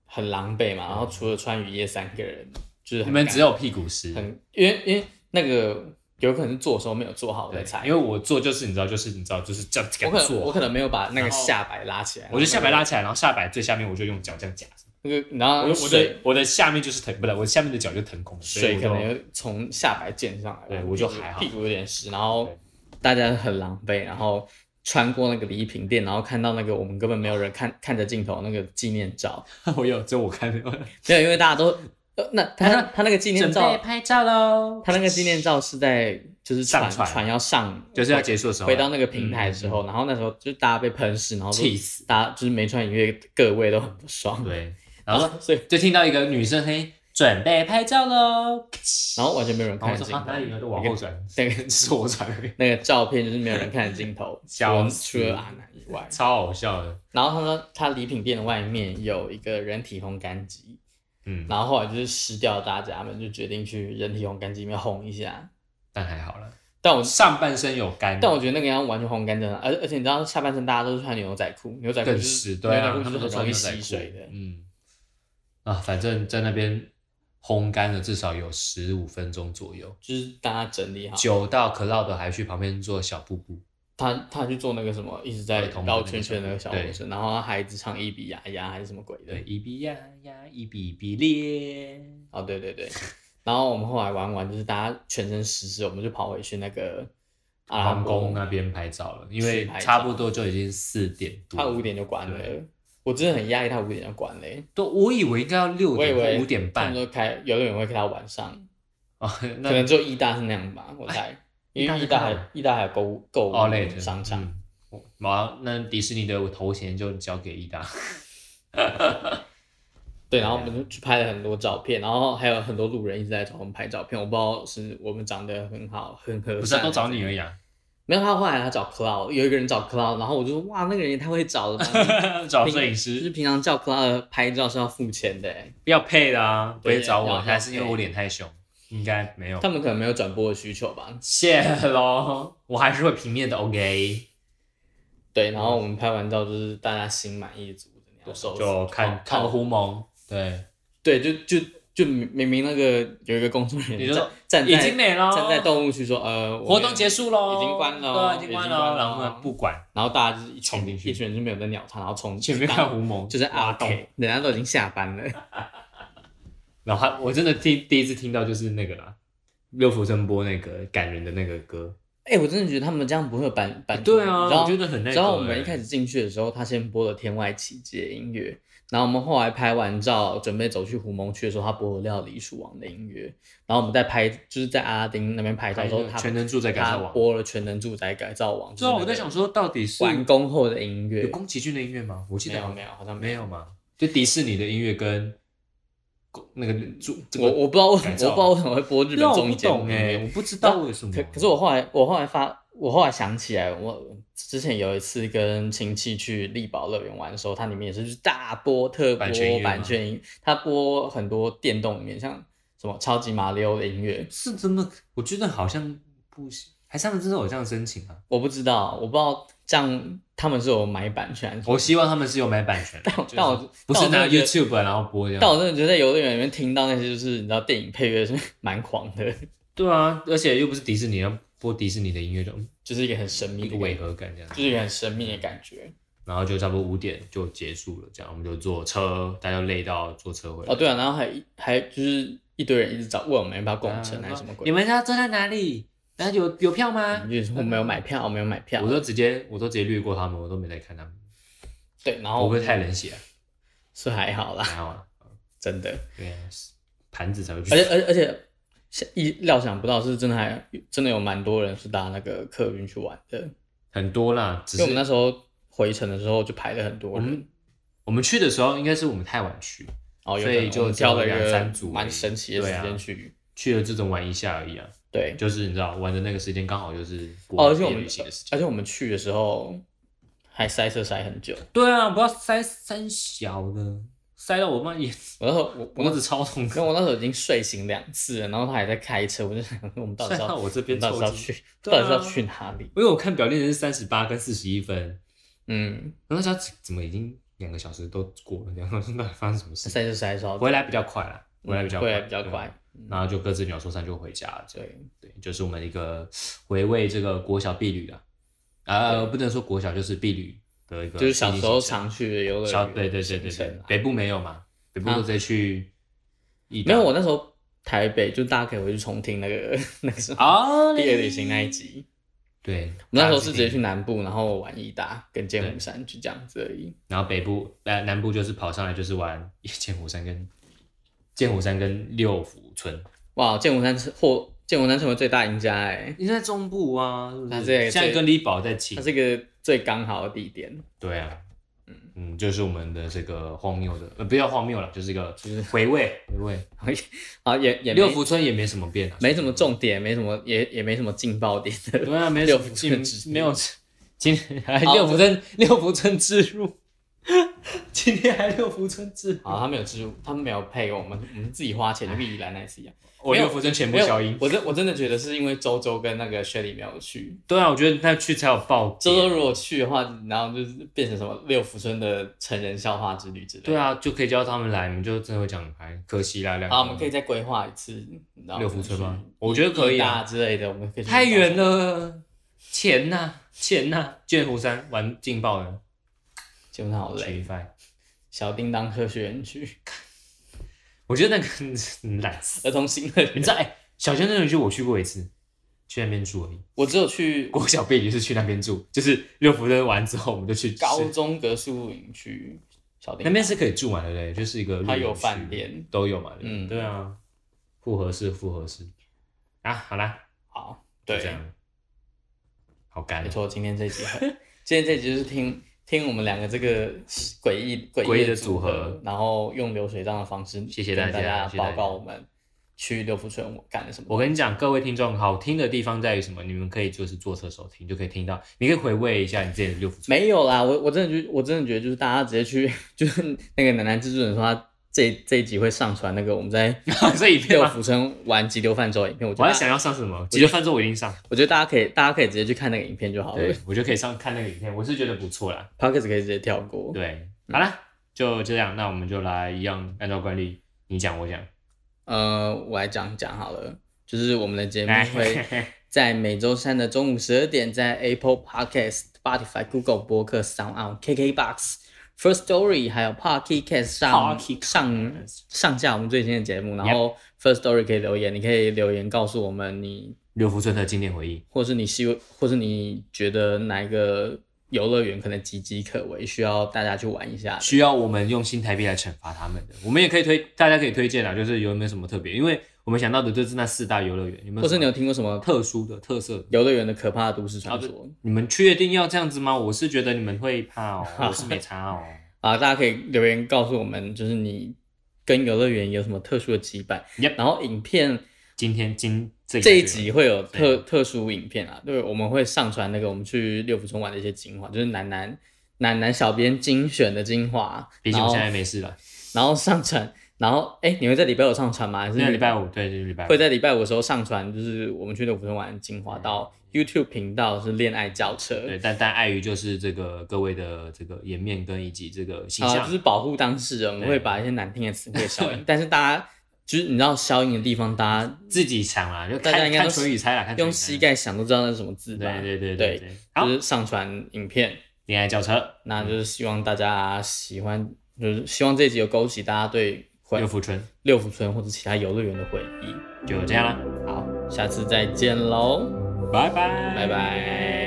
C: 很狼狈嘛，然后除了穿雨夜三个人，就是
B: 你
C: 很
B: 们
C: 尴
B: 只有屁股湿。
C: 很，因为因为那个有可能是做的时候没有做好
B: 对
C: 的菜，，
B: 因为我做就是你知道，就是你知道，就是这样这
C: 我
B: 样
C: 可能我
B: 做。
C: 可能没有把那个
B: 然后
C: 下摆拉起来，
B: 我就下摆
C: 然后
B: 拉起来，然后下摆最下面我就用脚这样夹着，
C: 那个，那个然后
B: 我我的
C: 啊水
B: 我的下面就是腾，不是我下面的脚就腾空了，所
C: 水
B: 以我
C: 可
B: 就
C: 能有从下摆溅上来吧，
B: 对我就还好
C: 屁股有点湿，然后
B: 对
C: 大家很狼狈，然后穿过那个礼品店，然后看到那个我们根本没有人看看着镜头那个纪念照，
B: [LAUGHS] 我有，只有我看没有。
C: 没有，因为大家都呃，那他他那个纪念照，
B: 拍照喽
C: 他那个纪念照是在就是船
B: 上船
C: 船要上，
B: 就是要结束的时候啊，
C: 回到那个平台的时候，然后那时候就大家被喷屎，然后
B: 嗯气死，
C: 大家就是没穿音乐，各位都很不爽。，
B: 对，然后
C: 所以
B: 就听到一个女生声音，准备拍照喽。
C: 然后完全没有人
B: 然后
C: 看
B: 我
C: 得
B: 说
C: 进
B: 啊，哪里呢？就往后转，
C: 那个
B: [LAUGHS] 这是我转的，
C: 那个照片就是没有人看得镜头，除
B: [LAUGHS] 笑
C: 了
B: 死
C: 除了阿南以外。
B: 超好笑的。
C: 然后他说他礼品店的外面有一个人体烘干机，
B: 嗯，
C: 然后后来就是失掉大家们，就决定去人体烘干机里面烘一下。
B: 但还好了，
C: 但我
B: 上半身有干，
C: 但我觉得那个要完全烘干真的，而而且你知道下半身大家都是穿牛仔裤，牛仔裤就
B: 更
C: 是
B: 湿，对啊，
C: 牛
B: 他
C: 仔裤
B: 们
C: 就
B: 都
C: 是很
B: 穿
C: 容易
B: 牛仔
C: 吸
B: 裤
C: 水的。
B: 嗯，啊，反正在那边烘干了至少有十五分钟左右，
C: 就是大家整理好，
B: 久到 Cloud 还去旁边做小布布，
C: 他他去做那个什么一直在
B: 儿童的
C: 绕
B: 那个
C: 圈圈的那个
B: 小
C: 小
B: 朋友
C: 女生，然后他还一直唱一比呀呀还是什么鬼的
B: 对，，一比呀呀，一比一比咧，
C: 哦对对对，然后我们后来玩完就是大家全身湿湿，我们就跑回去那个阿拉
B: 皇宫
C: 宫
B: 那，边拍照了，因
C: 去
B: 为
C: 拍照
B: 差不多就已经四点多，
C: 他五点就关了
B: 对，
C: 我真的很压抑，他五点就关了，
B: 对，我以为应该要六
C: 我以
B: 点
C: 为
B: 或五点
C: 他
B: 半
C: 们都开游乐园会开到晚上，
B: 哦，
C: 可
B: 那
C: 能只有义大是那样吧，我猜，因为
B: 义
C: 义
B: 大
C: 大
B: 是
C: 还义大还有购物购
B: 哦累
C: 物商场。
B: 嗯我好，那迪士尼的头衔就交给伊达，
C: 对，然后我们就去拍了很多照片，然后还有很多路人一直在找我们拍照片。我不知道是我们长得很好，很合
B: 不是啊
C: 善
B: 都找
C: 还是
B: 你
C: 怎
B: 而
C: 样
B: 已啊，
C: 没有，他后来他找 Cloud，有一个人找 Cloud，然后我就说哇，那个人也太会找了
B: [LAUGHS]
C: 吧！
B: 找
C: 平
B: 摄影
C: 就是
B: 师
C: 平常叫 Cloud 拍照是要付钱的欸，
B: 要配的啊，不会
C: 对
B: 找我，
C: 要
B: 还是因为
C: 要配
B: 我脸太凶，应该没有
C: 他们可能没有转播的需求吧。
B: 谢喽，我还是会平面的，OK，
C: 对，然后我们拍完照就是大家心满意足的那样，收拾
B: 嗯就
C: 哦
B: 看看胡蒙，对，
C: 对，就就就明明那个有一个工作人
B: 你
C: 员
B: 就说
C: 站站
B: 已经
C: 在
B: 没了，
C: 站在动物区说呃我
B: 活
C: 没有
B: 动结束喽，
C: 已经关了哦
B: 对啊，已经关
C: 已经关
B: 了，
C: 了
B: 然后呢不管，
C: 然后大家就是一
B: 冲进
C: 群一
B: 去
C: 群人就没有在鸟他，然后冲
B: 前面看胡蒙，
C: 就是
B: 挖
C: 阿
B: 洞，
C: K，人家都已经下班了。 [LAUGHS]
B: 然后他我真的听第一次听到就是那个啦，六福声波那个感人的那个歌，
C: 哎、我真的觉得他们这样不会有版版权。
B: 对啊，
C: 你知道
B: 我觉得很那个欸。
C: 然后我们一开始进去的时候，他先播了《天外奇迹》的音乐，然后我们后来拍完照，准备走去胡蒙区的时候，他播了《料理鼠王》的音乐，然后我们在拍，就是在阿拉丁那边拍照的时候，
B: 拍那个
C: 他
B: 全能住宅改造王
C: 他播了《全能住宅改造王》。
B: 对啊，我在想，说到底是
C: 完工后的音乐
B: 有宫崎骏的音乐吗？我记
C: 没
B: 得
C: 有
B: 好
C: 没有，好像
B: 没有嘛，就迪士尼的音乐跟宫那个住这个
C: 我我不知道为
B: 改
C: 什
B: 造
C: 么，我不知道为什么会播日
B: 让
C: 本
B: 我
C: 综
B: 不
C: 艺节目
B: 懂
C: 的音乐
B: 哎，我不知道为什么。
C: 可可是我后来我后来发，我后来想起来，我之前有一次跟亲戚去力宝乐园玩的时候，它里面也是就是大播特播
B: 版权音乐吗
C: 版权音，它播很多电动里面像什么超级马里奥的音乐，
B: 是真的，我觉得好像不行，还是他们真的有这样申请啊？
C: 我不知道，我不知道这样他们是有买版权还是什么。
B: 我希望他们是有买版权的，但
C: 但我
B: 不是拿
C: 但我真的
B: YouTube 啊然后播这
C: 但
B: 样。
C: 我真的觉得在游乐园里面听到那些就是你知道电影配乐是 [LAUGHS] 蛮狂的，
B: 对啊，而且又不是迪士尼，要播迪士尼的音乐，就嗯
C: 就是一个很神秘
B: 一
C: 的
B: 个违，和感这样。
C: 就是一个很神秘的感觉。
B: 然后就差不多五点就结束了，这样我们就坐车，大家累到坐车回来。
C: 哦，对啊，然后还还就是一堆人一直找问我们要不要共乘还是什么鬼
B: 啊你，们要坐在哪里？然后有有票吗？
C: 就是我没有买票，我没有买票。
B: 我都直接我都直接略过他们，我都没在看他们，
C: 对，然
B: 我
C: 后
B: 会不会太冷血啊？
C: 是还好啦，
B: 还好啊，
C: 真的。
B: [LAUGHS] 对啊，盘子才会去。
C: 而且而且而且，想意料想不到是真的还真的有蛮多人是搭那个客运去玩的，因
B: 很多啦，只
C: 为
B: 是
C: 我们那时候回程的时候就排了很多
B: 我
C: 人，
B: 们我们去的时候应该是我们太晚去，
C: 哦，有
B: 所
C: 可
B: 以
C: 能
B: 就
C: 我们挑了一
B: 只有两三
C: 个
B: 组
C: 蛮神奇的
B: 对
C: 时
B: 啊
C: 间去。
B: 去了就只能玩一下而已啊。
C: 对，
B: 就是你知道玩的那个时间刚好就是
C: 哦，
B: 国
C: 而且我
B: 内
C: 们
B: 旅行的时间。
C: 而且我们去的时候还塞车塞很久，
B: 对啊，不要塞三小的，塞到我妈
C: [LAUGHS]
B: 眼
C: 我那时候我我
B: 脖
C: 那
B: 子超痛
C: 因为我那时候已经睡醒两次了，然后他还在开车，我就想我们到底是
B: 塞到
C: 要
B: 我这
C: 我们
B: 边
C: 到底
B: 抽
C: 是要
B: 筋。
C: 去，
B: 对啊
C: 到底是要去哪里？
B: 因为我看表练是三十八跟四十一分，
C: 嗯，
B: 然后想怎么已经两个小时都过了，两个小时到底发生什么事？
C: 塞车塞超
B: 回来比较快啦，回来比较
C: 回
B: 快，
C: 来比较
B: 对
C: 快。，嗯
B: 然后就各自鸟兽散就回家了，这样
C: 对。
B: 对，就是我们一个回味这个国小避旅啊，呃，
C: 对
B: 不能说国小，就是避旅的一个，
C: 就是小时候常去的游乐
B: 小
C: 园，
B: 对对对对对，
C: 啊
B: 北部没有嘛，北部都直接去宜
C: 没
B: 兰，
C: 有，我那时候台北就大家可以回去重听那个那个什么
B: 啊，
C: 毕业旅行那一集，
B: 对，
C: 我们那时候是直接去南部，然后玩义大跟剑湖山，就这样子而已。
B: 然后北部呃南部就是跑上来就是玩 [LAUGHS] 剑湖山跟剑湖山跟六福村，
C: 哇，剑湖山是获剑湖山成为最大赢家哎、
B: 你在中部啊，是不
C: 那
B: 是？
C: 这个
B: 现在跟李宝在
C: 它
B: 请，
C: 是一个最刚好的地点，
B: 对啊，嗯，就是我们的这个荒谬的，呃，不要荒谬了，就是一个
C: [LAUGHS]
B: 回味回味。
C: 啊也也没
B: 六福村也没什么变啊，
C: 没什么重点，没什么也也没什么劲爆点 [LAUGHS] 的。
B: 对啊，没
C: 六
B: 什么
C: 福
B: 进
C: 村之 [LAUGHS]
B: 没有今天还
C: 好
B: 六福村 [LAUGHS] 六福村之路， [LAUGHS] 今天还六福村之路，
C: 啊，他没有植入，他们没有配我们，我们自己花钱就跟宜兰那次一样。
B: 我
C: 没有
B: 六福村全部
C: 没有
B: 消音，。
C: 我真我真的觉得是因为周周跟那个 Shelly 没有去。
B: 对啊，我觉得那去才有爆点
C: 周周如果去的话，然后就是变成什么六福村的成人笑话之旅之类的。
B: 对啊，就可以叫他们来，你们就真的会讲牌，可惜啦，两个
C: 啊，我们可以再规划一次，你知道
B: 六福村吗
C: 去
B: 我觉得可以
C: 义
B: 啊
C: 大之类的，我们可以去
B: 太远
C: 找。
B: 了，钱呐、钱呐、剑湖山玩劲爆了，
C: 基本上好
B: 去
C: 累
B: 一。番。
C: 小叮当科学园区， [LAUGHS]
B: 我觉得那个很懒死，
C: 儿童新乐
B: 你
C: 园。
B: 知道？哎、小仙那园区我去过一次，去那边住而已。
C: 我只有去
B: 我小贝也是去那边住，就是六福村完之后，我们就去吃
C: 高中格树露营区小叮
B: 那
C: 当。
B: 边是可以住嘛，对不对？就是一个
C: 它有
B: 露营区
C: 饭店
B: 都有嘛，嗯，
C: 嗯
B: 对啊，复合式复合式啊，好啦，
C: 好，
B: 就
C: 对
B: 这，样，好干
C: 没
B: 哦，
C: 错，今天这集很，今天这集就是听听我们两个这个诡异
B: 诡
C: 诡
B: 异
C: 异
B: 的
C: 的
B: 组
C: 组
B: 合
C: 合，然后用流水账的方式，
B: 谢谢大家
C: 大家
B: 谢谢大
C: 报
B: 家
C: 告我们去六福村我干了什么。
B: 我跟你讲，各位听众，好听的地方在于什么？你们可以就是坐车时候听，就可以听到，你可以回味一下你自己的六福村。
C: 没有啦，我我真的觉我真的觉得就是大家直接去， [LAUGHS] 就是那个楠楠制作人说他这这一集会上传那个我们
B: [LAUGHS]
C: 在 [LAUGHS]
B: 这一片
C: 六
B: 吗？
C: 福村玩急流泛舟的影片，我觉
B: 我
C: 得
B: 还
C: 大
B: 想要上什么？急流泛舟我一定上。
C: 我觉得大家可以大家可以直接去看那个影片就好了
B: 对，我就可以上看那个影片，我是觉得不错啦。
C: p o c k e t 可以直接跳过。
B: 对，
C: 嗯
B: 好啦，就这样，那我们就来一样，按照惯例，你讲我讲。
C: 呃，我来讲讲好了，就是我们的节目
B: 哎
C: 会。在每周三的中午十二点，在 Apple Podcast、Spotify、Google 播客、Sound On、KKBox、First Story 还有 Pocket Cast 上
B: Pocket
C: 上
B: Cast
C: 上架我们最新的节目。然后 First Story 可以留言，你可以留言告诉我们你，
B: [LAUGHS] 六福村的经典回忆，
C: 或是你希望，或是你觉得哪一个游乐园可能岌岌可危，需要大家去玩一下的。
B: 需要我们用新台币来惩罚他们的。我们也可以推，大家可以推荐啊，就是有没有什么特别？因为我们想到的就是那四大游乐园，有没有什么？
C: 或是你有听过什么
B: 特殊的特色的？
C: 游乐园的可怕的都市传说？
B: 你们确定要这样子吗？我是觉得你们会怕
C: [LAUGHS]
B: 哦，我是没差哦。
C: 啊，大家可以留言告诉我们，就是你跟游乐园有什么特殊的羁绊。
B: Yep
C: 然后影片
B: 今天今这
C: 这一集会有
B: 对
C: 特特殊影片啊，对，我们会上传那个我们去六福村玩的一些精华，就是楠楠楠楠小编精选的精华，
B: 毕
C: 然
B: 竟我
C: 后
B: 现在没事了。
C: 然后上传，然后哎，你会在礼拜五上传吗？还是
B: 那礼拜五对，就是礼拜五
C: 嗯会在礼拜五的时候上传，就是我们去六福村玩的精华到 YouTube 频道是恋爱轿车，
B: 嗯对，但但碍于就是这个各位的这个颜面跟以及这个形
C: 啊，
B: 象，
C: 就是保护当事人，我
B: 对
C: 会把一些难听的词汇消音， [LAUGHS] 但是大家就是你知道消音的地方，大家
B: 自己想啦，就
C: 大家
B: 看
C: 应该
B: 看
C: 都
B: 唇语猜啦，看唇语
C: 用
B: 猜
C: 膝。盖想都知道那是什么字吧？
B: 对对对
C: 对
B: 对，好
C: 就，是上传影片，
B: 恋爱轿车，
C: 那就是希望大家喜欢，就是希望这一集有勾起大家对回
B: 六福春，
C: 六福村或者其他游乐园的回忆。
B: 就这样啦，
C: 好，下次再见喽，
B: 拜拜，
C: 拜拜。